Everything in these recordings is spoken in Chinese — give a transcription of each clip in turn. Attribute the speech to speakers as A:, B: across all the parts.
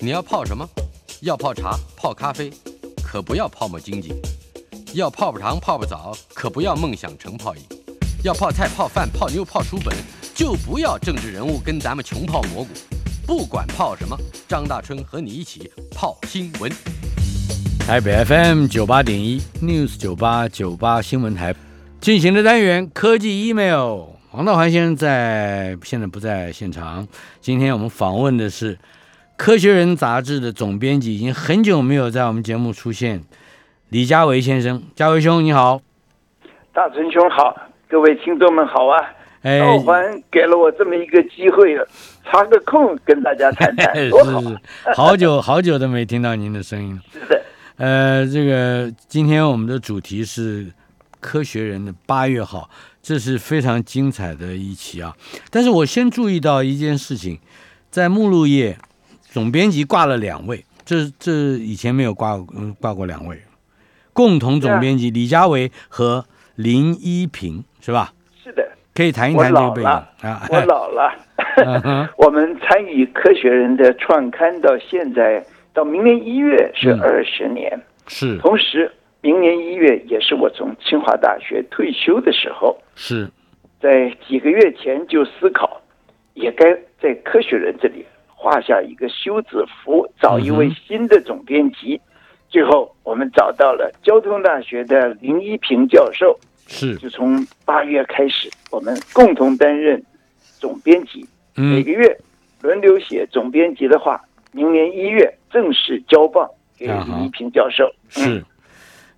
A: 你要泡什么？要泡茶、泡咖啡，可不要泡沫经济；要泡泡糖、泡泡澡，可不要梦想成泡影；要泡菜、泡饭、泡妞、泡书本，就不要政治人物跟咱们穷泡蘑菇。不管泡什么，张大春和你一起泡新闻。
B: 台北 FM 九八点一 News 九八九八新闻台进行的单元科技 Email，黄道环先生在现在不在现场。今天我们访问的是《科学人》杂志的总编辑，已经很久没有在我们节目出现，李家维先生。家维兄，你好。
C: 大成兄好，各位听众们好啊！
B: 哎，
C: 道环给了我这么一个机会，啊插个空跟大家谈谈，
B: 哎是
C: 多好啊！
B: 是，好久好久都没听到您的声音了。
C: 是的，
B: 呃，这个今天我们的主题是《科学人》的八月号，这是非常精彩的一期啊。但是我先注意到一件事情，在目录页，总编辑挂了两位，这这以前没有挂嗯挂过两位，共同总编辑李家维和林一平是吧？
C: 是的，
B: 可以谈一谈这个背景
C: 我老
B: 啊。
C: 我老了。
B: 嗯哼
C: 我们参与《科学人》的创刊到现在，到明年一月是
B: 嗯
C: 二十年。
B: 是
C: 同时，明年一月也是我从清华大学退休的时候，
B: 是
C: 在几个月前就思考，也该在《科学人》这里画下一个休止符，找一位
B: 嗯哼
C: 新的总编辑。最后，我们找到了交通大学的林一平教授，
B: 是，
C: 就从八月开始，我们共同担任总编辑，每
B: 嗯
C: 个月轮流写总编辑的话。明年一月正式交棒给
B: 啊哈
C: 林一平教授。嗯
B: 是，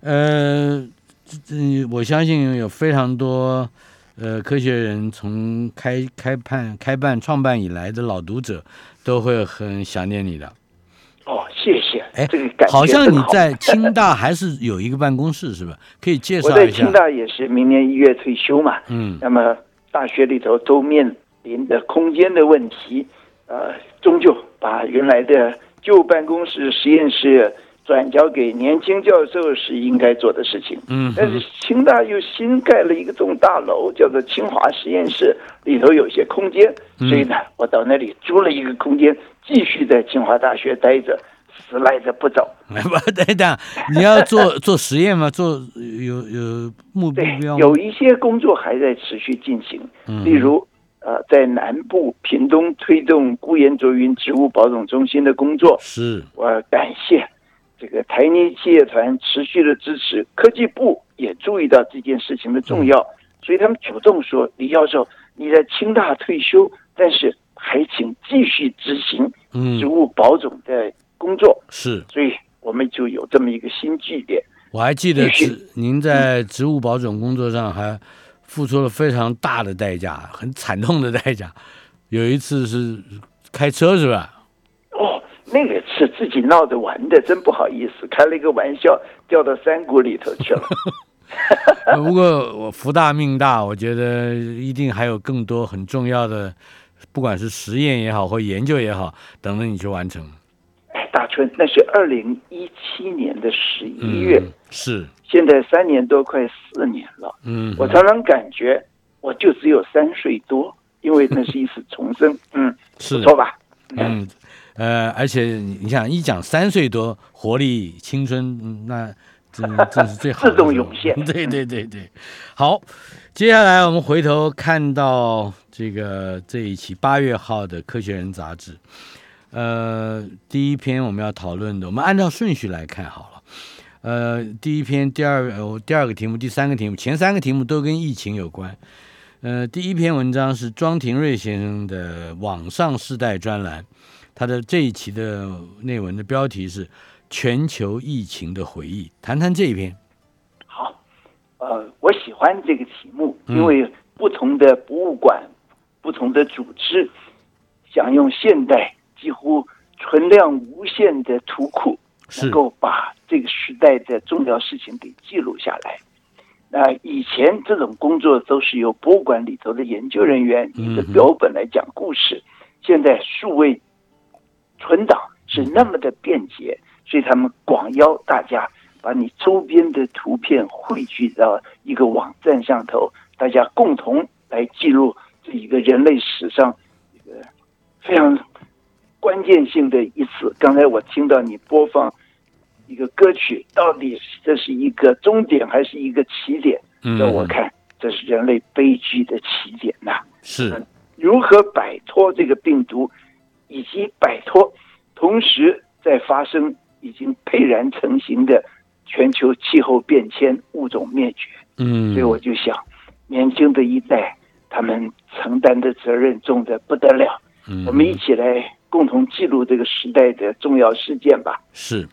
B: 呃，这这我相信有非常多呃科学人从开开办开办创办以来的老读者都会很想念你的。
C: 哦，谢谢。
B: 哎
C: 这个感觉
B: 好像
C: 真
B: 你
C: 好
B: 在清大还是有一个办公室是吧？可以介
C: 我
B: 绍
C: 在
B: 一下
C: 清。大也是明年一月退休嘛，
B: 嗯，
C: 那么大学里头都面临着空间的问题，呃，终究把原来的旧办公室、实验室转交给年轻教授是应该做的事情。
B: 嗯哼
C: 但是清大又新盖了一个栋大楼，叫做清华实验室，里头有些空间，
B: 嗯
C: 所以呢，我到那里租了一个空间，继续在清华大学待着，死赖着不走。
B: 来吧，等一等，你要做做实验吗？做有有目目
C: 对，
B: 标吗？
C: 有一些工作还在持续进行，
B: 嗯
C: 例如呃，在南部屏东推动孤岩卓云植物保种中心的工作，
B: 是
C: 我感谢这个台泥企业团持续的支持，科技部也注意到这件事情的重要，
B: 嗯
C: 所以他们主动说：“李教授，你在清大退休，但是还请继续执行
B: 嗯
C: 植物保种的工作。
B: 是，
C: 所以我们就有这么一个新据点。
B: 我还记得
C: 继续
B: 植您在植物保种工作上还付出了非常大的代价，很惨痛的代价。有一次是开车是吧？
C: 哦，那个是自己闹着玩的，真不好意思，开了一个玩笑，掉到山谷里头 去了。
B: 呃不过我福大命大，我觉得一定还有更多很重要的，不管是实验也好或研究也好，等着你去完成。
C: 哎，大春，那是二零一七年的十一月，
B: 嗯、是，
C: 现在三年多，快四年了。
B: 嗯，
C: 我常常感觉，我就只有三岁多，因为那是一次重 生。嗯，不
B: 是，
C: 错吧？
B: 嗯，呃，而且你你想一讲三岁多，活力、青春，嗯那真真是最好的时候，
C: 自动涌现
B: 对对对对，好，接下来我们回头看到这个这一期八月号的《科学人》杂志，呃，第一篇我们要讨论的，我们按照顺序来看好了。呃，第一篇、第二呃第二个题目、第三个题目，前三个题目都跟疫情有关。呃，第一篇文章是庄廷瑞先生的《网上世代》专栏，他的这一期的内文的标题是《全球疫情的回忆》，谈谈这一篇。
C: 好，呃，我喜欢这个题目，
B: 嗯
C: 因为不同的博物馆、不同的组织，想用现代几乎存量无限的图库，
B: 是
C: 能够把这个时代的重要事情给记录下来。那以前这种工作都是由博物馆里头的研究人员
B: 嗯哼
C: 一个标本来讲故事，现在数位存档是那么的便捷，所以他们广邀大家把你周边的图片汇聚到一个网站上头，大家共呃同来记录这一个人类史上一个非常。关键性的一次。刚才我听到你播放一个歌曲，到底这是一个终点还是一个起点？
B: 嗯
C: 在我看，这是人类悲剧的起点呐、
B: 是，
C: 如何摆脱这个病毒，以及摆脱同时在发生已经沛然成型的全球气候变迁、物种灭绝。
B: 嗯，
C: 所以我就想，年轻的一代，他们承担的责任重的不得了。
B: 嗯
C: 我们一起来共同记录这个时代的重要事件吧。
B: 是，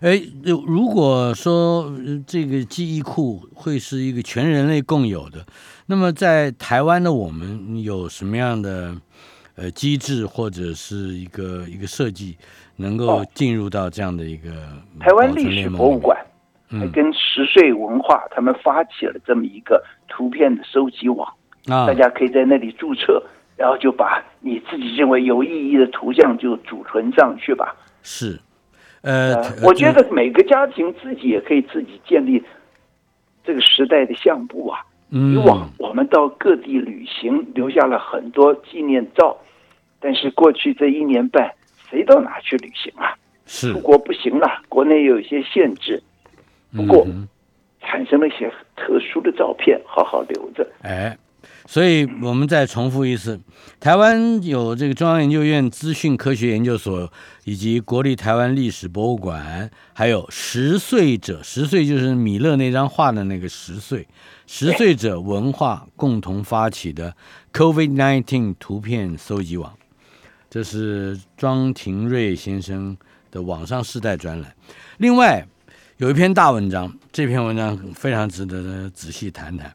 B: 哎，如如果说呃这个记忆库会是一个全人类共有的，那么在台湾的我们有什么样的呃机制或者是一个一个设计，能够
C: 哦
B: 进入到这样的一个呃
C: 台湾
B: 保存
C: 历史
B: 联盟
C: 博
B: 里
C: 物
B: 面？
C: 馆还
B: 嗯
C: 跟十岁文化他们发起了这么一个图片的收集网。
B: 啊
C: 大，家可以在那里注册，然后就把你自己认为有意义的图像就储存上去吧。
B: 是，呃，
C: 呃
B: 呃，
C: 我觉得每个家庭自己也可以自己建立这个时代的相簿啊。以
B: 嗯，
C: 往我们到各地旅行，留下了很多纪念照，但是过去这一年半，谁到哪去旅行啊？
B: 是
C: 出，国不行了，国内有一些限制，不
B: 嗯
C: 过
B: 哼
C: 产生了一些特殊的照片，好好留着。
B: 哎，所以我们再重复一次，台湾有这个中央研究院资讯科学研究所，以及国立台湾历史博物馆，还有十岁者，十岁就是米勒那张画的那个十岁，十岁者文化共同发起的 COVID-19 图片搜集网，这是庄廷瑞先生的网上世代专栏。另外有一篇大文章，这篇文章非常值得仔细谈谈。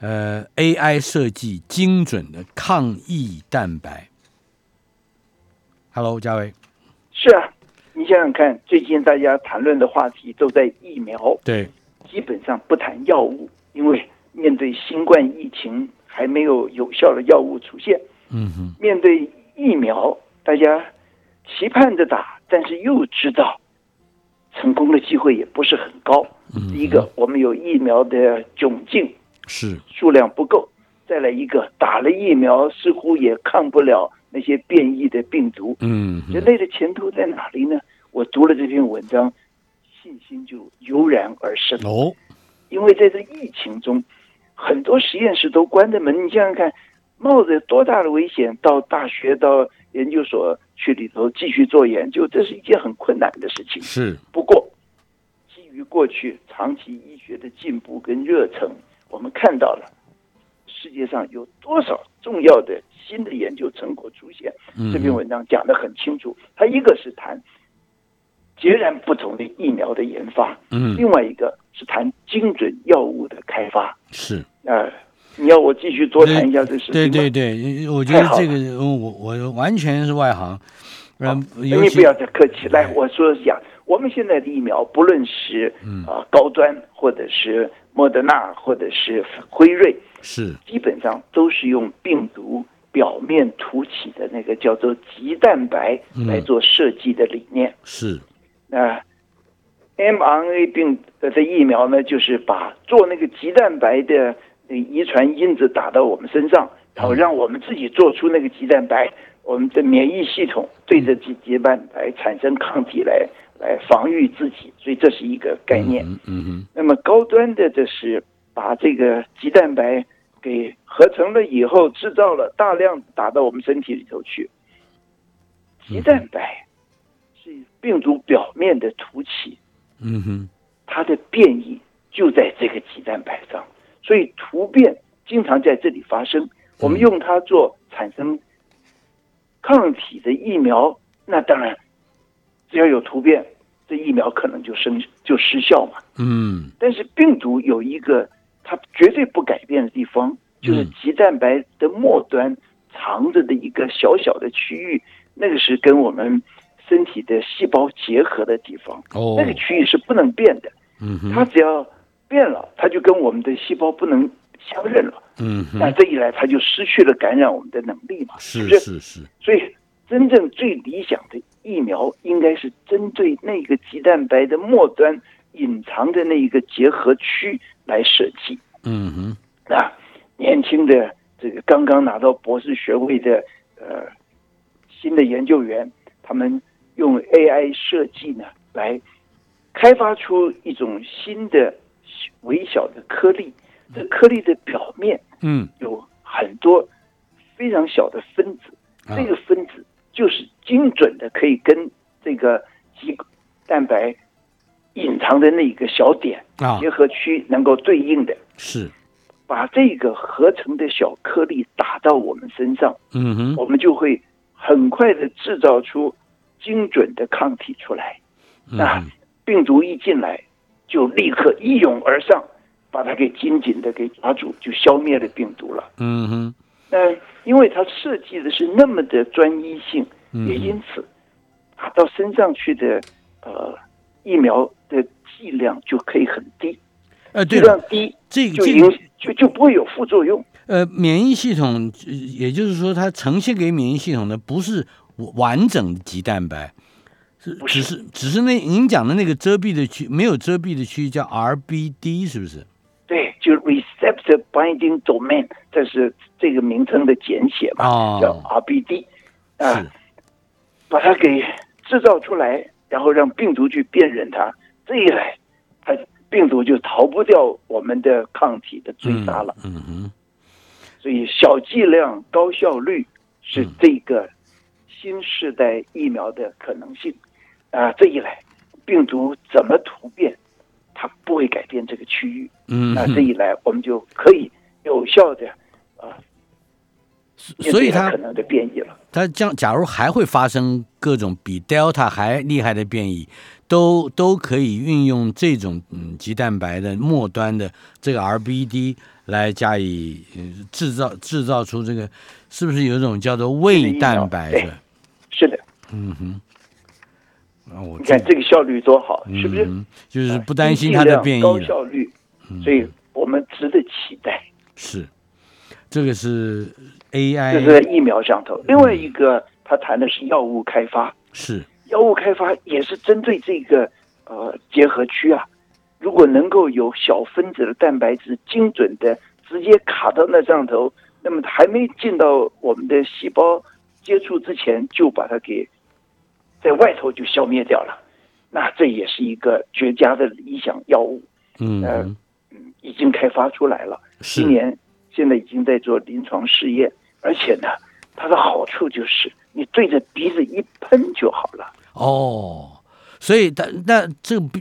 B: 呃，AI 设计精准的抗疫蛋白。Hello，嘉维，
C: 是啊，你想想看，最近大家谈论的话题都在疫苗，
B: 对，
C: 基本上不谈药物，因为面对新冠疫情还没有有效的药物出现。
B: 嗯哼，
C: 面对疫苗，大家期盼着打，但是又知道成功的机会也不是很高。
B: 嗯
C: 第一个，我们有疫苗的窘境，
B: 是，
C: 数量不够；再来一个，打了疫苗似乎也抗不了那些变异的病毒。
B: 嗯
C: 人
B: 哼，
C: 类的前途在哪里呢？我读了这篇文章，信心就油然而生。
B: 哦，
C: 因为在这疫情中，很多实验室都关着门。你想想看，冒着多大的危险到大学、到研究所去里头继续做研究，这是一件很困难的事情。
B: 是，
C: 不过，基于过去长期医学的进步跟热忱，我们看到了世界上有多少重要的新的研究成果出现。
B: 嗯
C: 这篇文章讲得很清楚，它一个是谈截然不同的疫苗的研发，
B: 嗯，
C: 另外一个是谈精准药物的开发。
B: 是，
C: 呃，你要我继续多谈一下这个事情
B: 对
C: 吗
B: 对，对，我觉得
C: 太好
B: 这
C: 了
B: 个呃我我完全是外行，嗯，尤
C: 你
B: 其哎
C: 不要再客气。来，我说讲，我们现在的疫苗，不论是
B: 嗯
C: 啊、高端，或者是莫德纳，或者是辉瑞，
B: 是，
C: 基本上都是用病毒表面突起的那个叫做棘蛋白
B: 嗯
C: 来做设计的理念。
B: 是，
C: 那 mRNA 病呃的疫苗呢，就是把做那个棘蛋白的呃遗传因子打到我们身上，然后让我们自己做出那个棘蛋白，我们的免疫系统对着棘棘蛋白产生抗体来来防御自己，所以这是一个概念。
B: 嗯嗯哼，
C: 那么高端的这是把这个棘蛋白给合成了以后，制造了大量打到我们身体里头去。棘蛋白是病毒表面的突起，
B: 嗯哼，
C: 它的变异就在这个棘蛋白上，所以突变经常在这里发生。我们用它做产生抗体的疫苗，那当然，只要有突变，这疫苗可能就生就失效嘛。
B: 嗯，
C: 但是病毒有一个它绝对不改变的地方，
B: 嗯
C: 就是棘蛋白的末端藏着的一个小小的区域，那个是跟我们身体的细胞结合的地方，
B: 哦
C: 那，个区域是不能变的。
B: 嗯
C: 它
B: 哼，
C: 只要变了，它就跟我们的细胞不能相认了。
B: 嗯
C: 那
B: 哼，
C: 这一来，它就失去了感染我们的能力嘛，
B: 是
C: 不是？
B: 是是，
C: 所以，真正最理想的疫苗应该是针对那个棘蛋白的末端隐藏的那一个结合区来设计。
B: 嗯哼，
C: 那年轻的这个刚刚拿到博士学位的呃新的研究员，他们用 AI 设计呢来开发出一种新的微小的颗粒，这颗粒的表面
B: 嗯，
C: 有很多非常小的分子，
B: 啊
C: 这个分子就是精准的可以跟这个肌蛋白隐藏的那一个小点
B: 啊
C: 结合区能够对应的，
B: 是，
C: 把这个合成的小颗粒打到我们身上，
B: 嗯哼，
C: 我们就会很快的制造出精准的抗体出来。
B: 嗯
C: 那
B: 哼
C: 病毒一进来，就立刻一涌而上，把它给紧紧的给抓住，就消灭了病毒了。
B: 嗯
C: 哦
B: 哼，
C: 那呃因为它设计的是那么的专一性，
B: 嗯
C: 也因此打到身上去的呃疫苗的剂量就可以很低，
B: 呃，
C: 剂
B: 对
C: 量
B: 了，
C: 低
B: 这个
C: 就
B: 这
C: 影
B: 个
C: 就就不会有副作用。
B: 呃，免疫系统，呃也就是说，它呈现给免疫系统的不是完整的肌蛋白，是
C: 不
B: 只
C: 是
B: 是只是那您讲的那个遮蔽的区，没有遮蔽的区域叫 RBD，是不是？
C: 对，就 receptor binding domain，这是这个名称的简写嘛，
B: 哦
C: 叫 RBD 啊、
B: 是，
C: 把它给制造出来，然后让病毒去辨认它，这一来，它病毒就逃不掉我们的抗体的追杀了。
B: 嗯哼，
C: 所以小剂量高效率是这个新时代疫苗的可能性。啊，这一来，病毒怎么突变，它不会改变这个区域。
B: 嗯
C: 那
B: 哼
C: 这一来，我们就可以有效的啊，面
B: 所以
C: 对
B: 它
C: 它可能的变异了。
B: 它将假如还会发生各种比 Delta 还厉害的变异，都都可以运用这种嗯肌蛋白的末端的这个 RBD 来加以、嗯制造制造出这个是不是有一种叫做胃蛋白
C: 对
B: 的？
C: 是的，
B: 嗯哼，啊我
C: 你看这个效率多好，
B: 嗯
C: 是不是？
B: 哼就是
C: 啊
B: 不担心
C: 低剂
B: 它的
C: 量
B: 变异嗯
C: 高
B: 了？
C: 效率，所以我们值得期待。
B: 是，这个是
C: 这是在
B: AI
C: 疫苗上头。另
B: 嗯
C: 外一个，他谈的是药物开发。
B: 是
C: 药物开发也是针对这个呃结合区啊。如果能够有小分子的蛋白质精准的直接卡到那上头，那么它还没进到我们的细胞接触之前，就把它给在外头就消灭掉了。那这也是一个绝佳的理想药物，
B: 嗯
C: 呃
B: 哼
C: 嗯，已经开发出来了。
B: 是
C: 今年现在已经在做临床试验，而且呢，它的好处就是你对着鼻子一喷就好了。
B: 哦，所以它那这个鼻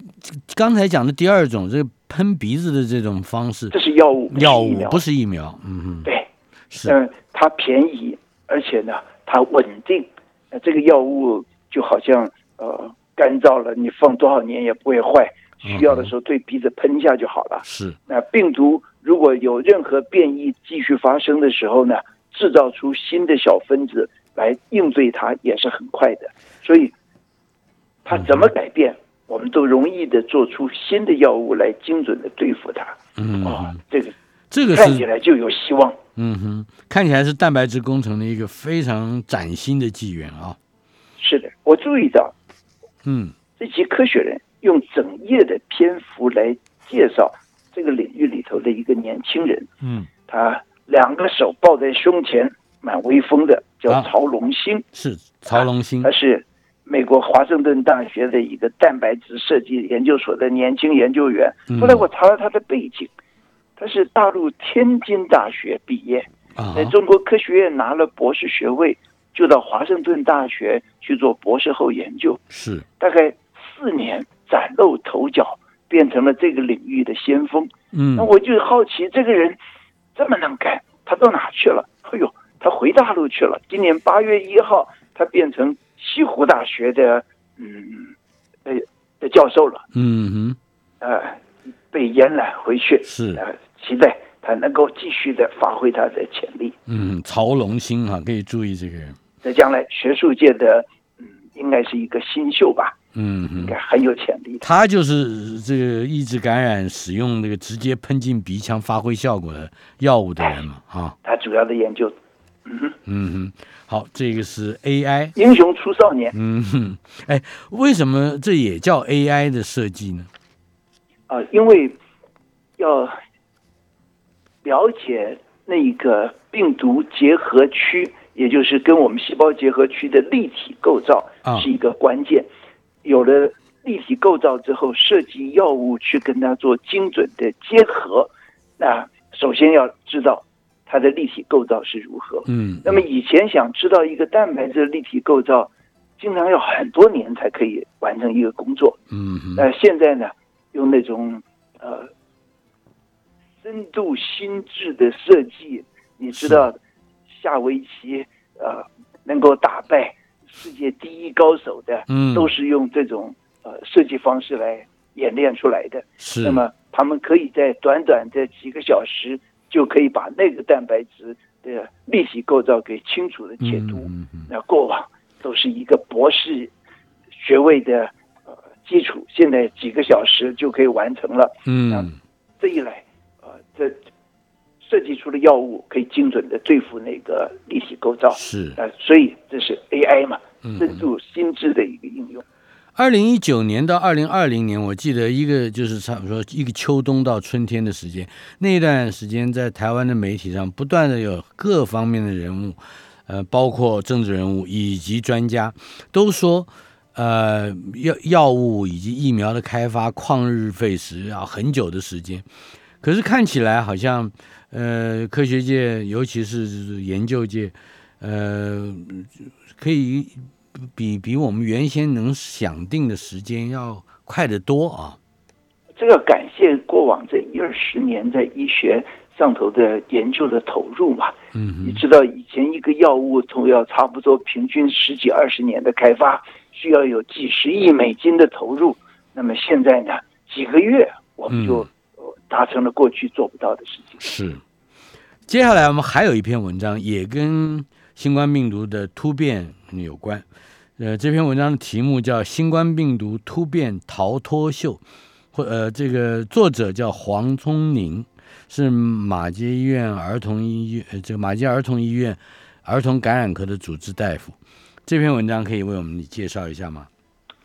B: 刚才讲的第二种，这个喷鼻子的这种方式
C: 这，是药物，
B: 药
C: 不是
B: 物
C: 疫苗
B: 不是疫苗，嗯哼，
C: 对，
B: 是
C: 嗯，它便宜，而且呢，它稳定。呃，这个药物就好像呃干燥了，你放多少年也不会坏，需
B: 嗯
C: 要的时候对鼻子喷一下就好了。
B: 是，
C: 那病毒如果有任何变异继续发生的时候呢，制造出新的小分子来应对它也是很快的。所以，它怎么改变，我们都容易的做出新的药物来精准的对付它。
B: 嗯
C: 啊
B: 哼，，
C: 这个
B: 这个
C: 看起
B: 是
C: 来就有希望。
B: 嗯哼，看起来是蛋白质工程的一个非常崭新的纪元啊，
C: 是的，我注意到
B: 嗯
C: 这期《科学人》用整页的篇幅来介绍这个领域里头的一个年轻人，
B: 嗯，
C: 他两个手抱在胸前，蛮威风的，
B: 啊
C: 叫曹龙兴。
B: 是曹龙兴
C: 他，是美国华盛顿大学的一个蛋白质设计研究所的年轻研究员
B: 嗯。
C: 后来我查了他的背景，他是大陆天津大学毕业，
B: 啊
C: 在中国科学院拿了博士学位，就到华盛顿大学去做博士后研究，
B: 是，
C: 大概四年崭露头角，变成了这个领域的先锋。
B: 嗯
C: 那我就好奇这个人这么能干，他到哪去了？哎呦，他回大陆去了。今年八月一号，他变成西湖大学的嗯呃的教授了，
B: 嗯
C: 呃，被延揽回去
B: 哼，是，
C: 呃，期待他能够继续的发挥他的潜力，
B: 嗯曹龙兴啊，可以注意这个人，
C: 在将来学术界的嗯应该是一个新秀吧，
B: 嗯
C: 应
B: 哼。
C: 该很有潜力的。
B: 它就是这个抑制感染使用这个直接喷进鼻腔发挥效果的药物的人嘛，啊，
C: 他主要的研究，
B: 嗯哼，好，这个是 AI，
C: 英雄出少年，
B: 嗯哼，哎，为什么这也叫 AI 的设计呢？
C: 啊，因为要了解那个病毒结合区也就是跟我们细胞结合区的立体构造
B: 啊
C: 是一个关键。有了立体构造之后，设计药物去跟它做精准的结合，那首先要知道它的立体构造是如何。
B: 嗯，
C: 那么以前想知道一个蛋白质的立体构造，经常要很多年才可以完成一个工作。
B: 嗯哼
C: 那现在呢，用那种呃深度心智的设计，你知道下围棋呃能够打败世界第一高手的，
B: 嗯
C: 都是用这种呃设计方式来演练出来的。
B: 是，
C: 那么他们可以在短短的几个小时就可以把那个蛋白质的立体构造给清楚的解读。
B: 嗯嗯
C: 那过往都是一个博士学位的呃基础，现在几个小时就可以完成了。
B: 嗯
C: 那
B: 嗯
C: 这一来，呃，这设计出的药物可以精准的对付那个立体构造。
B: 是。
C: 呃，所以这是 AI 嘛
B: 嗯，
C: 深度心智的一个应用。
B: 二零一九年到二零二零年，我记得一个就是差不多一个秋冬到春天的时间，那段时间在台湾的媒体上不断的有各方面的人物，呃，包括政治人物以及专家，都说，呃，药药物以及疫苗的开发旷日费时啊，很久的时间。可是看起来好像，呃，科学界尤其是就是研究界，呃，可以比比我们原先能想定的时间要快得多啊。
C: 这个感谢过往这一二十年在医学上头的研究的投入嘛。
B: 嗯
C: 你
B: 哼，
C: 知道以前一个药物从要差不多平均十几二十年的开发，需要有几十亿美金的投入，那么现在呢，几个月我们就
B: 嗯
C: 呃达成了过去做不到的事情。
B: 是。接下来我们还有一篇文章，也跟新冠病毒的突变有关。呃，这篇文章的题目叫《新冠病毒突变逃脱秀》，或呃，这个作者叫黄聪宁，是马街医院儿童医院，呃，这个马街儿童医院儿童感染科的主治大夫。这篇文章可以为我们介绍一下吗？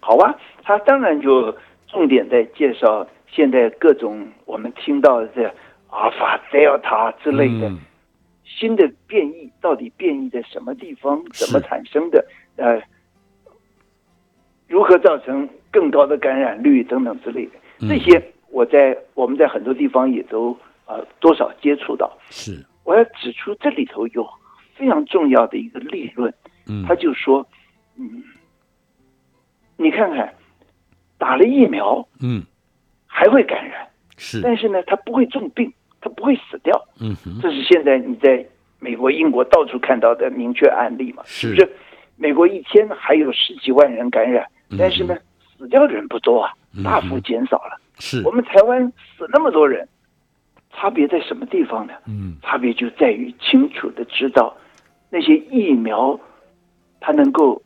C: 好啊，他当然就重点在介绍现在各种我们听到的阿尔法、德尔塔之类的
B: 嗯
C: 新的变异到底变异在什么地方，
B: 是
C: 怎么产生的，呃，如何造成更高的感染率等等之类的，
B: 嗯
C: 这些我在我们在很多地方也都呃多少接触到。
B: 是，
C: 我要指出这里头有非常重要的一个立论，
B: 嗯
C: 他就说，嗯，你看看打了疫苗
B: 嗯
C: 还会感染，
B: 是，
C: 但是呢，他不会重病，他不会死掉。
B: 嗯哼，
C: 这是现在你在美国、英国到处看到的明确案例嘛？
B: 是
C: 不是？美国一天还有十几万人感染，
B: 嗯
C: 但是呢，死掉的人不多啊，大幅减少了。
B: 是
C: 我，们台湾死那么多人，差别在什么地方呢？
B: 嗯
C: 差别就在于清楚的知道那些疫苗它能够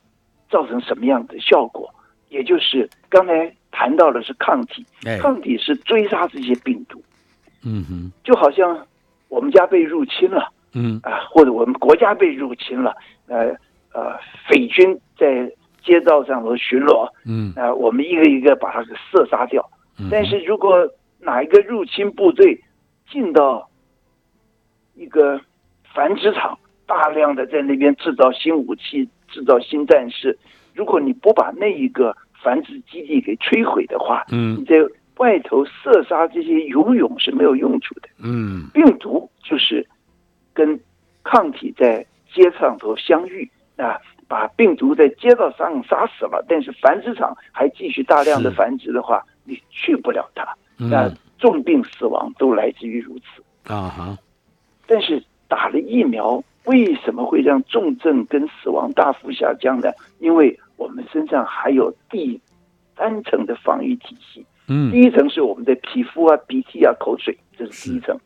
C: 造成什么样的效果，也就是刚才谈到的是抗体，
B: 哎，
C: 抗体是追杀这些病毒，
B: 嗯哼，
C: 就好像我们家被入侵了。
B: 嗯
C: 啊，或者我们国家被入侵了，呃呃，匪军在街道上头巡逻，
B: 嗯
C: 呃，我们一个一个把它给射杀掉。
B: 嗯，
C: 但是如果哪一个入侵部队进到一个繁殖场，大量的在那边制造新武器、制造新战士，如果你不把那一个繁殖基地给摧毁的话，你
B: 嗯
C: 在外头射杀这些游泳是没有用处的。
B: 嗯
C: 病毒就是跟抗体在街上头相遇啊，把病毒在街道上杀死了，但是繁殖场还继续大量的
B: 是
C: 繁殖的话，你去不了它。那
B: 嗯
C: 重病死亡都来自于如此。
B: 啊哈，
C: 但是打了疫苗，为什么会让重症跟死亡大幅下降呢？因为我们身上还有第三层的防御体系。第
B: 嗯
C: 一层是我们的皮肤啊、鼻涕啊、口水，这是第一层，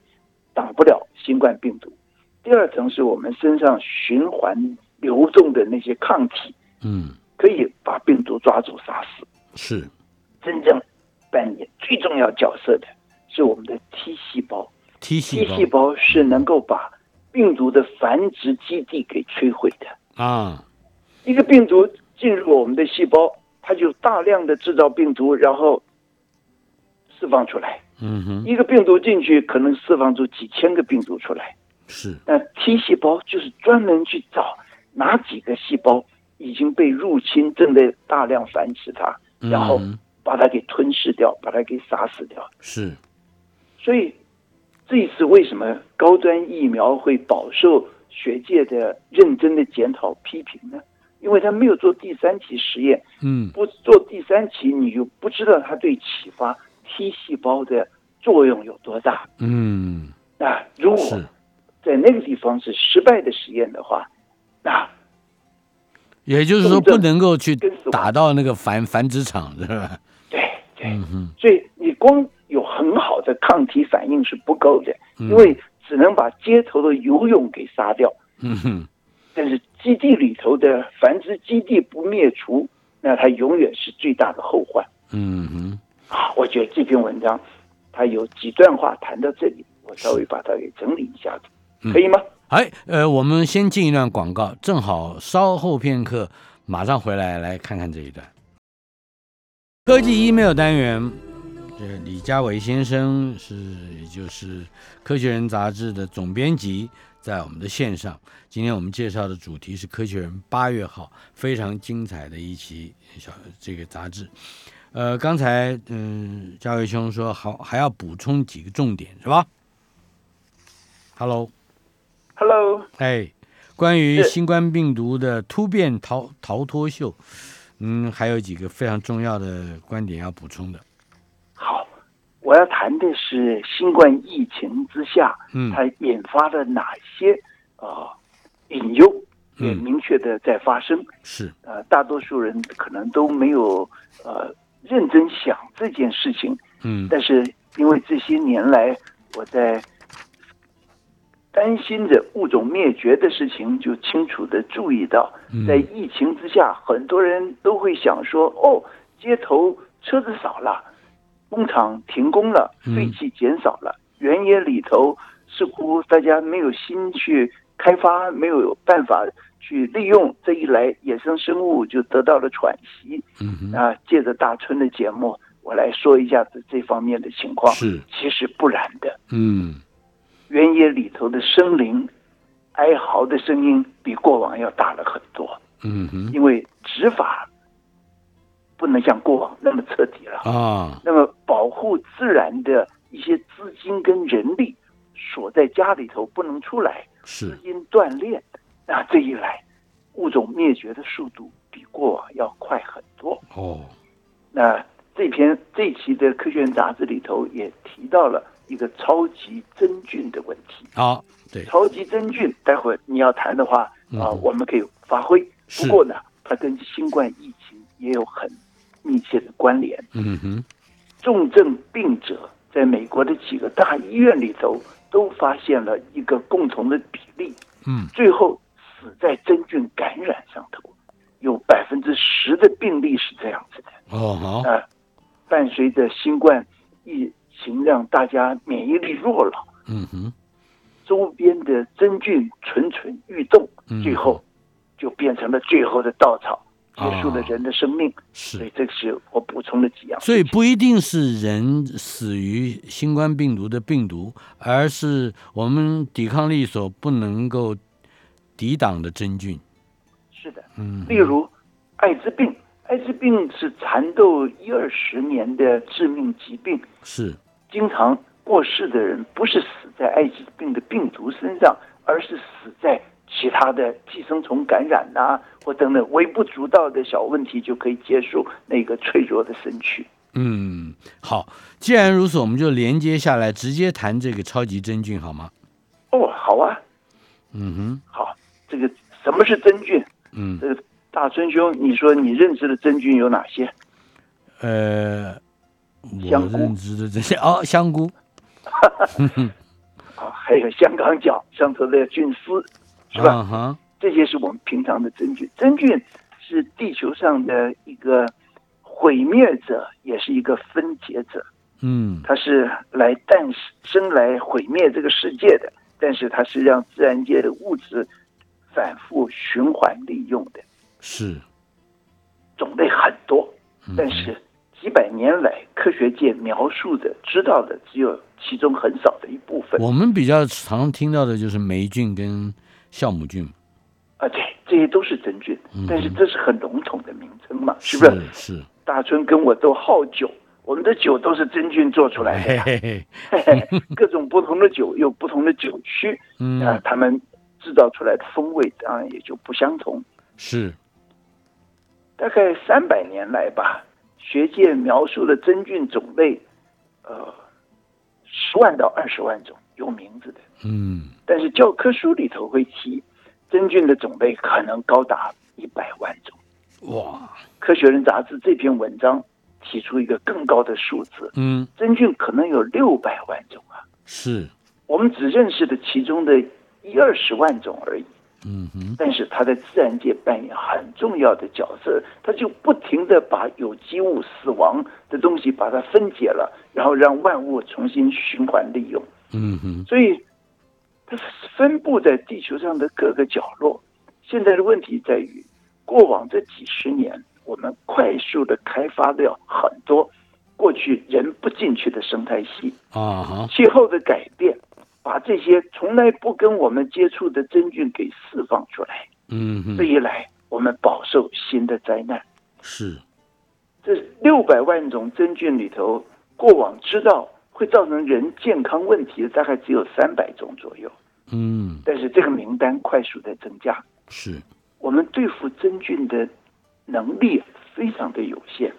C: 挡不了新冠病毒。第二层是我们身上循环流动的那些抗体，
B: 嗯
C: 可以把病毒抓住杀死。
B: 是，
C: 真正扮演最重要角色的是我们的 T 细胞
B: ，T
C: ，T
B: 细
C: 细
B: 胞
C: 胞是能够把病毒的繁殖基地给摧毁的。
B: 啊，
C: 一个病毒进入我们的细胞，它就大量的制造病毒，然后释放出来。
B: 嗯哼，
C: 一个病毒进去，可能释放出几千个病毒出来。
B: 是，
C: 那 T 细胞就是专门去找哪几个细胞已经被入侵，正在大量繁殖它，
B: 嗯
C: 然后把它给吞噬掉，把它给杀死掉。
B: 是，
C: 所以这一次为什么高端疫苗会饱受学界的认真的检讨批评呢？因为它没有做第三期实验，
B: 嗯
C: 不做第三期，你就不知道它对启发 T 细胞的作用有多大。
B: 嗯
C: 那如果
B: 是，
C: 在那个地方是失败的实验的话，那
B: 也就是说不能够去
C: 跟死亡
B: 打到那个繁繁殖场，是吧？
C: 对对，
B: 嗯哼，
C: 所以你光有很好的抗体反应是不够的，
B: 嗯
C: 因为只能把街头的游泳给杀掉，
B: 嗯哼，
C: 但是基地里头的繁殖基地不灭除，那它永远是最大的后患
B: 嗯哼，
C: 啊！我觉得这篇文章它有几段话谈到这里，我稍微把它给整理一下子，可以吗？
B: 哎，呃，我们先进一段广告，正好稍后片刻，马上回来来看看这一段。科技 email 单元，这李家伟先生是，也就是《科学人》杂志的总编辑，在我们的线上。今天我们介绍的主题是《科学人》八月号，非常精彩的一期小这个杂志。呃，刚才嗯，家伟兄说好还要补充几个重点是吧？Hello。
C: Hello，
B: 哎，关于
C: 是
B: 新冠病毒的突变逃逃脱秀，嗯，还有几个非常重要的观点要补充的。
C: 好，我要谈的是新冠疫情之下，
B: 嗯
C: 它引发了哪些啊、呃隐忧，也
B: 嗯
C: 明确的在发生。
B: 是，
C: 呃，大多数人可能都没有呃认真想这件事情，
B: 嗯
C: 但是因为这些年来我在担心着物种灭绝的事情，就清楚的注意到，在
B: 嗯
C: 疫情之下，很多人都会想说，哦，街头车子少了，工厂停工了，
B: 嗯
C: 废气减少了，原野里头似乎大家没有心去开发，没有办法去利用，这一来野生生物就得到了喘息。
B: 嗯哼，
C: 啊，借着大春的节目，我来说一下子这方面的情况。
B: 是，
C: 其实不然的，
B: 嗯
C: 原野里头的生灵哀嚎的声音比过往要大了很多。
B: 嗯哼，
C: 因为执法不能像过往那么彻底了。
B: 啊，
C: 那么保护自然的一些资金跟人力锁在家里头不能出来，资
B: 是，
C: 金断裂，那这一来，物种灭绝的速度比过往要快很多。
B: 哦，
C: 那这篇这期的《科学人》杂志里头也提到了一个超级真菌的问题。
B: 啊，对，
C: 超级真菌，待会儿你要谈的话啊、
B: 嗯
C: 我们可以发挥。
B: 是
C: 不过呢，它跟新冠疫情也有很密切的关联。
B: 嗯哼，
C: 重症病者在美国的几个大医院里头都发现了一个共同的比例，
B: 嗯
C: 最后死在真菌感染上头，有百分之十的病例是这样子的。
B: 哦好，
C: 啊，伴随着新冠疫情让大家免疫力弱了。
B: 嗯哼，
C: 周边的真菌蠢蠢欲动
B: 嗯，
C: 最后就变成了最后的稻草，结束了
B: 啊
C: 人的生命。所
B: 是
C: 以，这个是我补充的几样。
B: 所以不一定是人死于新冠病毒的病毒，而是我们抵抗力所不能够抵挡的真菌。
C: 是的，
B: 嗯
C: 例如艾滋病，艾滋病是缠斗一二十年的致命疾病，
B: 是，
C: 经常过世的人不是死在艾滋病的病毒身上，而是死在其他的寄生虫感染呐、或等等微不足道的小问题就可以结束那个脆弱的身躯。
B: 嗯，好，既然如此，我们就连接下来直接谈这个超级真菌好吗？
C: 哦，好啊，
B: 嗯哼，
C: 好，这个什么是真菌？
B: 嗯，
C: 这个大春兄，你说你认识的真菌有哪些？
B: 呃，我
C: 香菇
B: 认知的这些哦，香菇
C: 啊，还有香港脚上头的菌丝，是吧？
B: 啊哈，
C: 这些是我们平常的真菌。真菌是地球上的一个毁灭者，也是一个分解者。
B: 嗯
C: 它是来诞生来毁灭这个世界的，但是它是让自然界的物质反复循环利用的。
B: 是，
C: 种类很多
B: 嗯，
C: 但是几百年来，科学界描述的、知道的只有其中很少的一部分。
B: 我们比较常听到的就是霉菌跟酵母菌，
C: 啊，对，这些都是真菌，但是这是很笼统的名称嘛，是不是？
B: 是，
C: 大春跟我都好酒，我们的酒都是真菌做出来的
B: 嘿
C: 哎呀，
B: 嘿嘿，
C: 嘿嘿 各种不同的酒有不同的酒区，啊
B: 嗯，，
C: 他们制造出来的风味当然也就不相同。
B: 是，
C: 大概三百年来吧，学界描述的真菌种类，呃，十万到二十万种，有名字的。
B: 嗯，
C: 但是教科书里头会提，真菌的种类可能高达一百万种。
B: 哇，
C: 科学人杂志这篇文章提出一个更高的数字，
B: 嗯，
C: 真菌可能有六百万种啊！
B: 是，
C: 我们只认识的其中的一二十万种而已。
B: 嗯哼，
C: 但是它在自然界扮演很重要的角色，它就不停地把有机物死亡的东西把它分解了，然后让万物重新循环利用。
B: 嗯哼，
C: 所以它分布在地球上的各个角落。现在的问题在于，过往这几十年，我们快速的开发掉很多过去人不进去的生态系，
B: 啊哈，
C: 气候的改变，把这些从来不跟我们接触的真菌给释放出来。
B: 嗯
C: 这
B: 哼，
C: 一来，我们饱受新的灾难。
B: 是，
C: 这六百万种真菌里头，过往知道会造成人健康问题的大概只有三百种左右，
B: 嗯，
C: 但是这个名单快速的增加，
B: 是，
C: 我们对付真菌的能力非常的有限。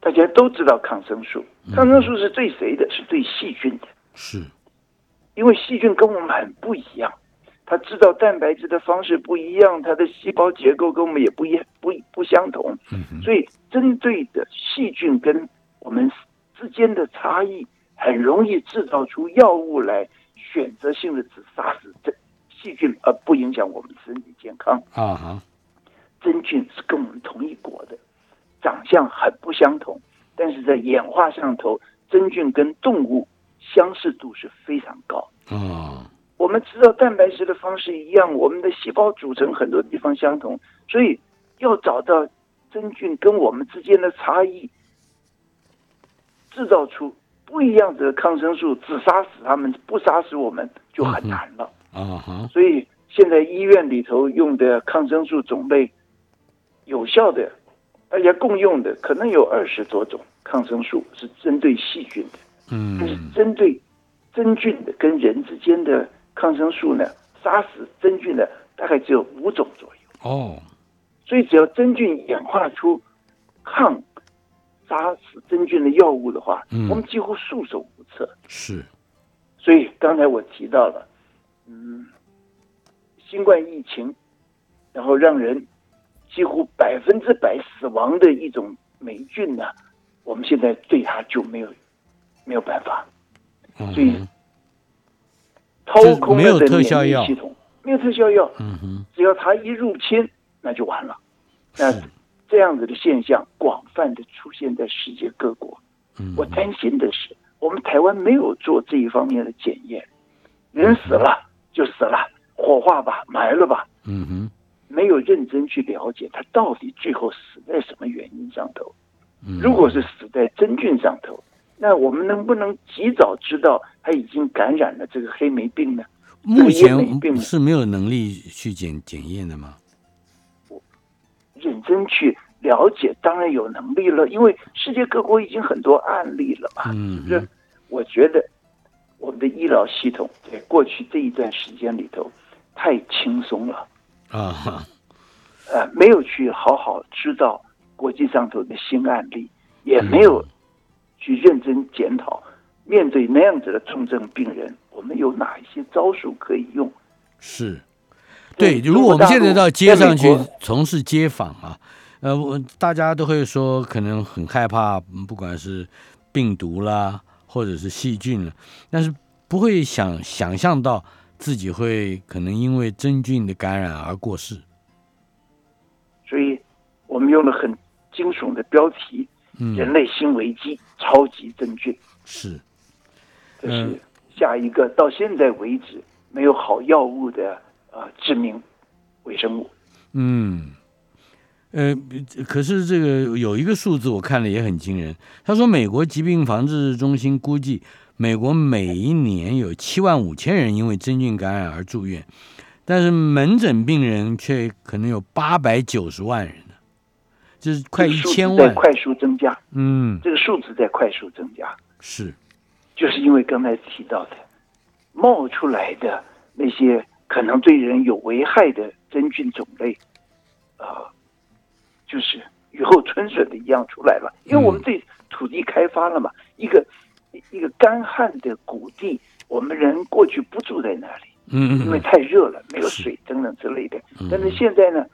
C: 大家都知道抗生素，抗生素是对谁的？是对细菌的。
B: 是，
C: 因为细菌跟我们很不一样，它制造蛋白质的方式不一样，它的细胞结构跟我们也不一不不相同，所以针对的细菌跟我们之间的差异，很容易制造出药物来选择性的只杀死这细菌，而不影响我们身体健康。
B: 啊哈，
C: 真菌是跟我们同一国的，长相很不相同，但是在演化上头，真菌跟动物相似度是非常高。
B: 啊，
C: 我们知道蛋白质的方式一样，我们的细胞组成很多地方相同，所以要找到真菌跟我们之间的差异，制造出不一样的抗生素，只杀死它们，不杀死我们就很难了。
B: 啊哈，
C: 所以现在医院里头用的抗生素种类，有效的，大家共用的可能有二十多种抗生素是针对细菌的。但是
B: 嗯，
C: 针对真菌的跟人之间的抗生素呢，杀死真菌的大概只有五种左右。
B: 哦，
C: 所以只要真菌演化出抗杀死真菌的药物的话，
B: 嗯
C: 我们几乎束手无策。
B: 是，
C: 所以刚才我提到了，嗯，新冠疫情，然后让人几乎百分之百死亡的一种霉菌呢，我们现在对它就没有没有办法。
B: 嗯
C: 所以
B: 哼，
C: 掏空
B: 没有
C: 了的
B: 特效
C: 免
B: 药
C: 疫系统，没有特效药，
B: 嗯哼，
C: 只要它一入侵，那就完了。那
B: 是
C: 这样子的现象广泛的出现在世界各国。
B: 嗯
C: 我担心的是，我们台湾没有做这一方面的检验，人死了就死了，火化吧，埋了吧，
B: 嗯哼，
C: 没有认真去了解他到底最后死在什么原因上头。
B: 嗯
C: 如果是死在真菌上头，那我们能不能及早知道他已经感染了这个黑霉病呢？
B: 目
C: 这个也没
B: 前
C: 并没
B: 是没有能力去检检验的吗？
C: 认真去了解，当然有能力了，因为世界各国已经很多案例了嘛，
B: 嗯
C: 是不是？我觉得我们的医疗系统在过去这一段时间里头太轻松了，
B: 啊 哈，
C: 呃，没有去好好知道国际上头的新案例，
B: 嗯
C: 也没有去认真检讨，面对那样子的重症病人，我们有哪一些招数可以用？
B: 是。对，
C: 对
B: 如果我们现在到街上去
C: 在美国
B: 从事街访啊，呃，我大家都会说可能很害怕，嗯不管是病毒啦，或者是细菌了，但是不会想想象到自己会可能因为真菌的感染而过世。
C: 所以我们用了很惊悚的标题
B: 嗯
C: “人类新危机：超级真菌
B: 是，”，
C: 这是
B: 嗯
C: 下一个到现在为止没有好药物的呃致命微生物。
B: 嗯，呃，可是这个有一个数字我看了也很惊人，他说美国疾病防治中心估计，美国每一年有七万五千人因为真菌感染而住院，但是门诊病人却可能有八百九十万人呢，就是快
C: 这个
B: 一
C: 数字
B: 千
C: 在
B: 万。
C: 快速增加，
B: 嗯，
C: 这个数字在快速增加，
B: 是，
C: 就是因为刚才提到的冒出来的那些可能对人有危害的真菌种类，啊、就是雨后春笋的一样出来了。因为我们对土地开发了嘛，一个一个干旱的谷地，我们人过去不住在那里。
B: 嗯
C: 因为
B: 嗯
C: 太热了，没有水等等之类的。但是现在呢，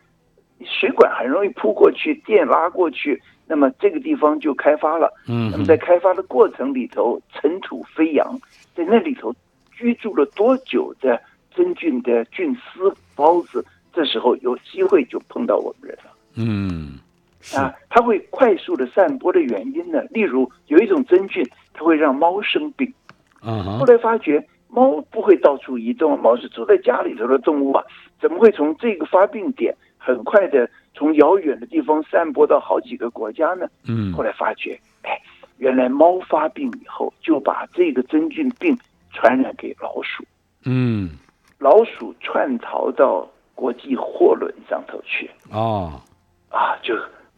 C: 水管很容易铺过去，电拉过去，那么这个地方就开发了。
B: 嗯
C: 那么在开发的过程里头，尘土飞扬，在那里头居住了多久的真菌的菌丝孢子，这时候有机会就碰到我们人了。
B: 嗯，是，
C: 啊，它会快速的散播的原因呢，例如有一种真菌，它会让猫生病。
B: 啊
C: 后
B: 哈，
C: 来发觉猫不会到处移动，猫是住在家里头的动物啊，怎么会从这个发病点很快的从遥远的地方散播到好几个国家呢？
B: 嗯
C: 后来发觉，哎，原来猫发病以后就把这个真菌病传染给老鼠，
B: 嗯，
C: 老鼠窜逃到国际货轮上头去
B: 哦，
C: 啊，就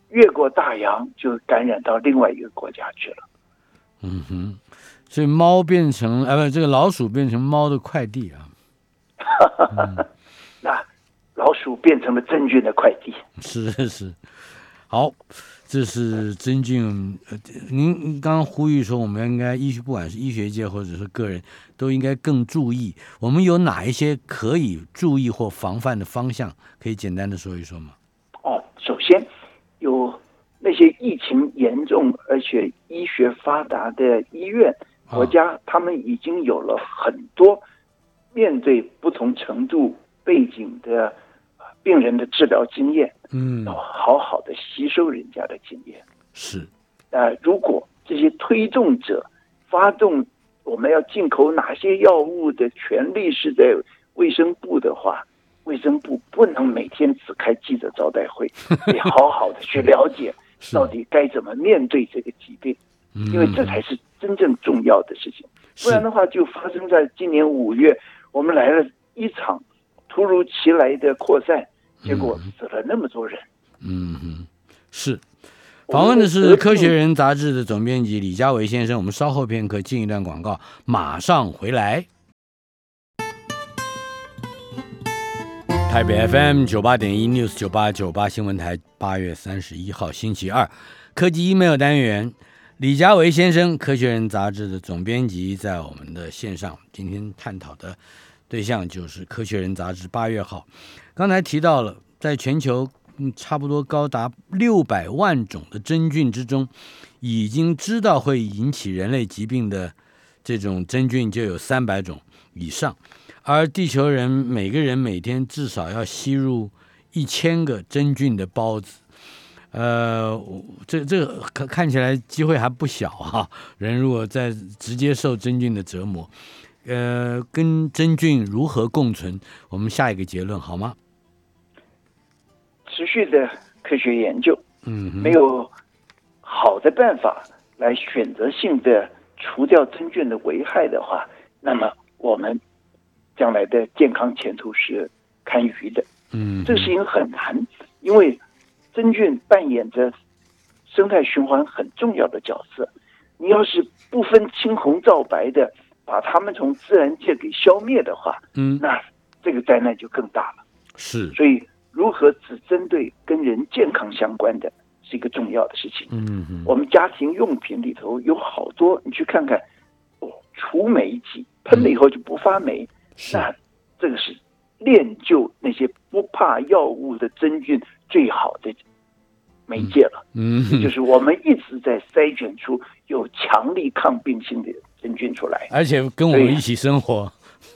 C: 越过大洋就感染到另外一个国家去了。
B: 嗯哼，所以猫变成，哎，不，这个老鼠变成猫的快递啊，
C: 那老鼠变成了真菌的快递。
B: 是是是，好，这是真菌。呃，您您刚刚呼吁说，我们应该医学，不管是医学界或者是个人，都应该更注意。我们有哪一些可以注意或防范的方向？可以简单的说一说吗？
C: 哦，首先有那些疫情严重而且医学发达的医院、
B: 啊
C: 国家，他们已经有了很多面对不同程度背景的呃病人的治疗经验，
B: 嗯
C: 要，好好的吸收人家的经验。
B: 是，
C: 呃，如果这些推动者发动我们要进口哪些药物的权利是在卫生部的话， 卫生部不能每天只开记者招待会， 得好好的去了解
B: 是
C: 到底该怎么面对这个疾病，
B: 嗯
C: 因为这才是真正重要的事情。不然的话，就发生在今年五月，我们来了一场突如其来的扩散，结果死了那么多人。
B: 嗯哼，是。
C: 我嗯们
B: 访问的是《
C: 得
B: 科
C: 病
B: 学人》杂志的总编辑李嘉维先生。我们稍后片刻进一段广告，马上回来。台北 FM 九八点一 News 九八九八新闻台，八月三十一号星期二，科技 email 单元，李嘉维先生，《科学人》杂志的总编辑，在我们的线上。今天探讨的对象就是《科学人》杂志八月号。刚才提到了，在全球嗯差不多高达六百万种的真菌之中，已经知道会引起人类疾病的这种真菌就有三百种以上，而地球人每个人每天至少要吸入一千个真菌的孢子。呃，我这这个看看起来机会还不小哈、人如果在直接受真菌的折磨，呃，跟真菌如何共存，我们下一个结论好吗？
C: 持续的科学研究，
B: 嗯哼
C: 没有好的办法来选择性的除掉真菌的危害的话，那么我们将来的健康前途是堪虞的。
B: 嗯
C: 这个事情很难，因为真菌扮演着生态循环很重要的角色。你要是不分青红皂白的把它们从自然界给消灭的话，
B: 嗯
C: 那这个灾难就更大了。
B: 是
C: 所以，如何只针对跟人健康相关的，是一个重要的事情。
B: 嗯哼
C: 我们家庭用品里头有好多，你去看看，哦，除霉剂喷了以后就不发霉，
B: 是
C: 那这个是练就那些不怕药物的真菌最好的媒介了。
B: 嗯哼
C: 就是我们一直在筛选出有强力抗病性的真菌出 来，
B: 而且跟我们一起生活。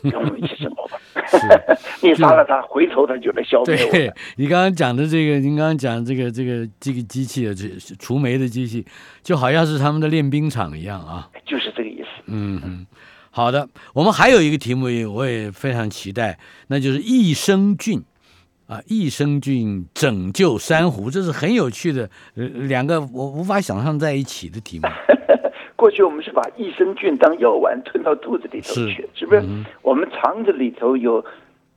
C: 跟我们一起生活吧。
B: 是
C: 你杀了它，回头它就来消灭我们
B: 对。你刚刚讲的这个，您刚刚讲这个这个这个机器的这除霉的机器，就好像是他们的练兵场一样啊。
C: 就是这个意思。
B: 嗯哼，好的，我们还有一个题目，我也非常期待，那就是益生菌。啊，益生菌拯救珊瑚，这是很有趣的，呃两个我无法想象在一起的题目。
C: 过去我们是把益生菌当药丸吞到肚子里头去
B: 是，
C: 是不是？我们肠子里头有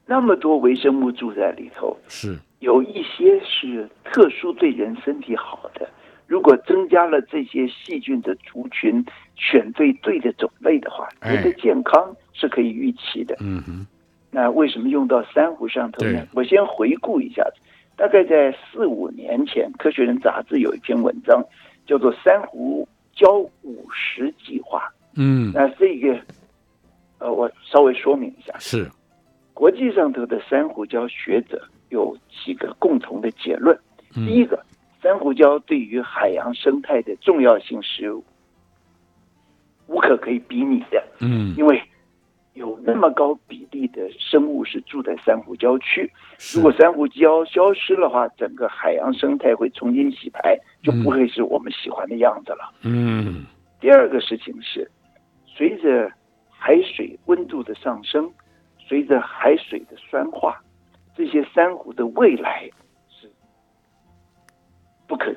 C: 那么多维生物住在里头，
B: 是
C: 有一些是特殊对人身体好的。如果增加了这些细菌的族群，选对对的种类的话，
B: 哎
C: 人的健康是可以预期的。
B: 嗯哼，
C: 那为什么用到珊瑚上头呢
B: 对？
C: 我先回顾一下子，大概在四五年前，《科学人》杂志有一篇文章，叫做《珊瑚礁五十计划》。
B: 嗯
C: 那这个，呃，我稍微说明一下，
B: 是
C: 国际上头的珊瑚礁学者有几个共同的结论。第
B: 嗯
C: 一个，珊瑚礁对于海洋生态的重要性是无可可以比拟的，
B: 嗯
C: 因为有那么高比例的生物是住在珊瑚礁区。
B: 是
C: 如果珊瑚礁消失的话，整个海洋生态会重新洗牌，就不会是我们喜欢的样子了。
B: 嗯
C: 第二个事情是，随着海水温度的上升，随着海水的酸化，这些珊瑚的未来是不可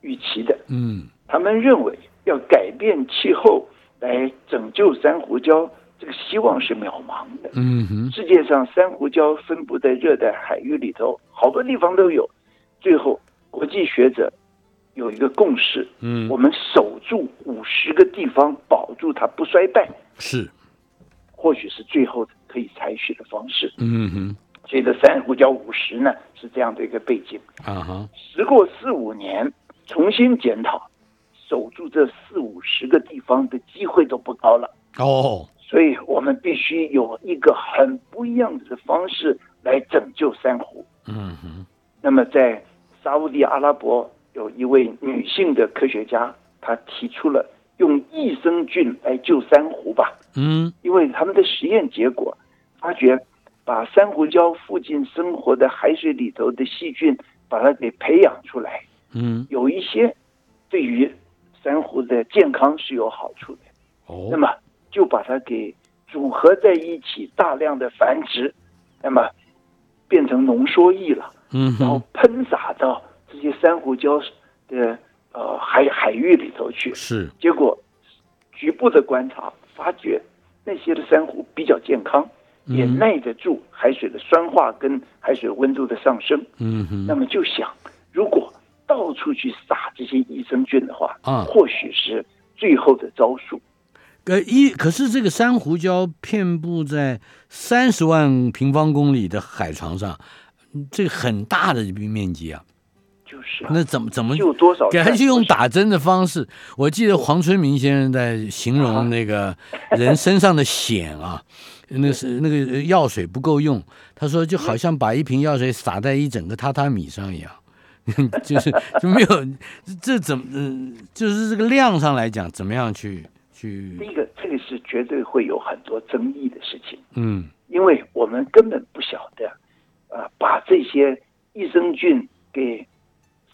C: 预期的。
B: 嗯
C: 他们认为要改变气候来拯救珊瑚礁，这个希望是渺茫的。
B: 嗯哼
C: 世界上珊瑚礁分布在热带海域里头，好多地方都有。最后，国际学者有一个共识，
B: 嗯
C: 我们守住五十个地方，保住它不衰败，
B: 是
C: 或许是最后可以采取的方式。
B: 嗯哼
C: 所以，这珊瑚礁五十呢是这样的一个背景。
B: 啊哈
C: 时过四五年，重新检讨，守住这四五十个地方的机会都不高了。
B: 哦
C: 所以我们必须有一个很不一样的方式来拯救珊瑚。
B: 嗯哼
C: 那么，在沙乌地阿拉伯有一位女性的科学家，她提出了用益生菌来救珊瑚吧，
B: 嗯
C: 因为他们的实验结果发觉，把珊瑚礁附近生活的海水里头的细菌，把它给培养出来，
B: 嗯
C: 有一些对于珊瑚的健康是有好处的。
B: 哦
C: 那么就把它给组合在一起，大量的繁殖，那么变成浓缩液了，
B: 嗯
C: 然后
B: 哼
C: 喷洒到这些珊瑚礁的呃海海域里头去。
B: 是
C: 结果局部的观察发觉，那些的珊瑚比较健康，
B: 嗯
C: 也耐得住海水的酸化跟海水温度的上升。
B: 嗯哼
C: 那么就想，如果到处去撒这些益生菌的话，
B: 啊
C: 或许是最后的招数。
B: 呃，一可是这个珊瑚礁遍布在三十万平方公里的海床上，嗯这个很大的一个面积啊，
C: 就是啊、
B: 那怎么怎么
C: 就多少
B: 给
C: 钱
B: 它就用打针的方式？我记得黄春明先生在形
C: 啊
B: 容那个人身上的癣啊，那是那个药水不够用，他说就好像把一瓶药水洒在一整个榻榻米上一样。 就是就没有这怎么嗯，就是这个量上来讲，怎么样去
C: 第
B: 去
C: 一个，这个是绝对会有很多争议的事情，
B: 嗯
C: 因为我们根本不晓得，啊、把这些益生菌给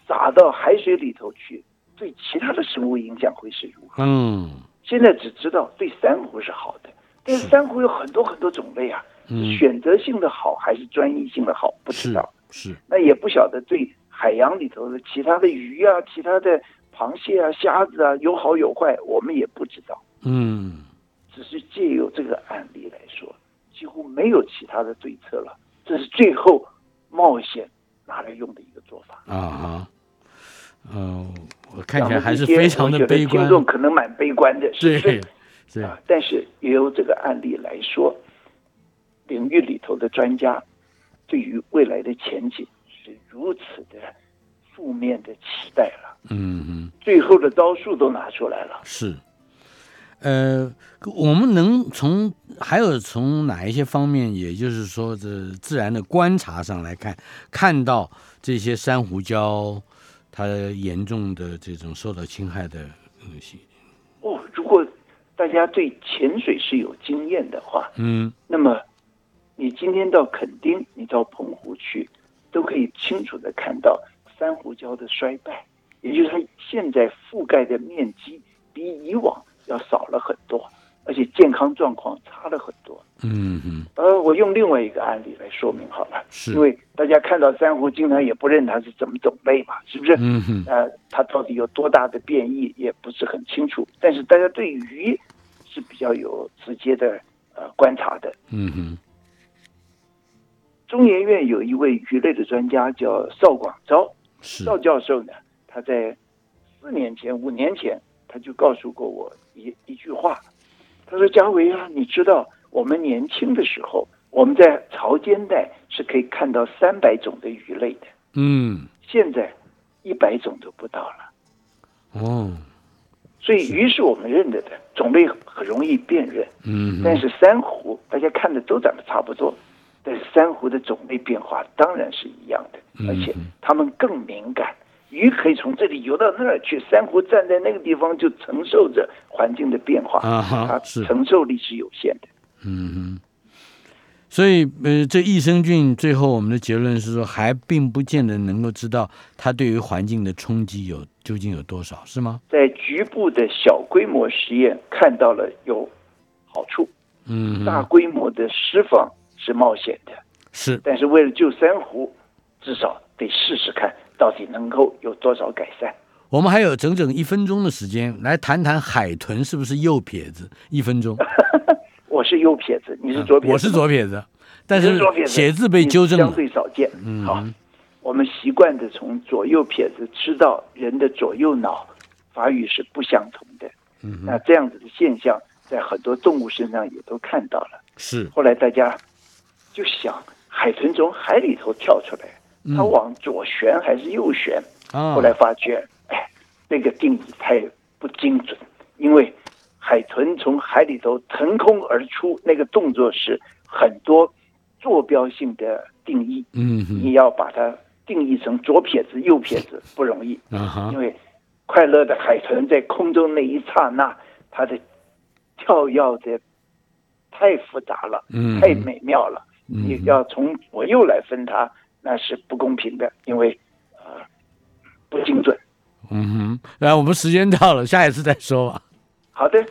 C: 撒到海水里头去，对其他的生物影响会是如何？
B: 嗯
C: 现在只知道对珊瑚是好的，但是珊瑚有很多很多种类啊，
B: 嗯
C: 是选择性的好还是专一性的好，不知
B: 是
C: 道。
B: 是
C: 那也不晓得对海洋里头的其他的鱼啊、其他的螃蟹啊、虾子啊有好有坏，我们也不知道。
B: 嗯
C: 只是借由这个案例来说，几乎没有其他的对策了。这是最后冒险拿来用的一个做法。
B: 啊哈，嗯、我看起来还是非常的悲
C: 我觉得听
B: 观，
C: 众可能蛮悲观的，
B: 对
C: 是不是
B: 对
C: 啊。但是也由这个案例来说，领域里头的专家对于未来的前景是如此的负面的期待了，
B: 嗯嗯。
C: 最后的招数都拿出来了。
B: 是，呃，我们能从还有从哪一些方面，也就是说这自然的观察上来看，看到这些珊瑚礁它严重的这种受到侵害的东西。
C: 哦，如果大家对潜水是有经验的话，
B: 嗯
C: 那么，你今天到垦丁，你到澎湖去，都可以清楚的看到珊瑚礁的衰败，也就是它现在覆盖的面积比以往要少了很多，而且健康状况差了很多。
B: 嗯嗯，
C: 呃，我用另外一个案例来说明好了，
B: 是
C: 因为大家看到珊瑚，经常也不认它是怎么种类嘛，是不是？
B: 嗯哼，
C: 呃，它到底有多大的变异也不是很清楚，但是大家对鱼是比较有直接的呃观察的。
B: 嗯哼，
C: 中研院有一位鱼类的专家叫邵广昭，
B: 是
C: 邵教授呢，他在四年前、五年前他就告诉过我一一句话，他说：“嘉维啊，你知道我们年轻的时候，我们在潮间带是可以看到三百种的鱼类的，
B: 嗯
C: 现在一百种都不到了。
B: 哦
C: 所以鱼是我们认得的，种类很容易辨认。
B: 嗯
C: 但
B: 哼
C: 是珊瑚大家看的都长得差不多，但是珊瑚的种类变化当然是一样的，
B: 嗯
C: 而且它们更敏感。鱼可以从这里游到那儿去，珊瑚站在那个地方就承受着环境的变化，
B: 啊哈
C: 它
B: 是
C: 承受力是有限的。
B: 嗯哼，所以呃，这益生菌最后我们的结论是说，还并不见得能够知道它对于环境的冲击有究竟有多少，是吗？
C: 在局部的小规模实验看到了有好处，
B: 嗯
C: 大
B: 哼，
C: 规模的释放是冒险的，
B: 是
C: 但是为了救珊瑚，至少得试试看到底能够有多少改善。
B: 我们还有整整一分钟的时间来谈谈海豚是不是右撇子？一分钟，
C: 我是右撇子，你是左撇子吗、
B: 啊我是左撇子，但
C: 你
B: 是
C: 左撇子
B: 写字被纠正
C: 相
B: 了。嗯
C: 对少见。好，我们习惯的从左右撇子知道人的左右脑发育是不相同的。嗯，那这样子的现象在很多动物身上也都看到了。
B: 是，
C: 后来大家就想，海豚从海里头跳出来，它往左旋还是右旋？
B: 嗯啊
C: 后来发觉，哎，那个定义太不精准，因为海豚从海里头腾空而出，那个动作是很多坐标性的定义，
B: 嗯哼，
C: 你要把它定义成左撇子、右撇子不容易，
B: 啊哈
C: 因，为快乐的海豚在空中那一刹那，它的跳跃的太复杂了，
B: 嗯
C: 太美妙了。
B: 嗯
C: 你要从左右来分它，那是不公平的，因为呃不精准。
B: 嗯哼，那我们时间到了，下一次再说吧。
C: 好的，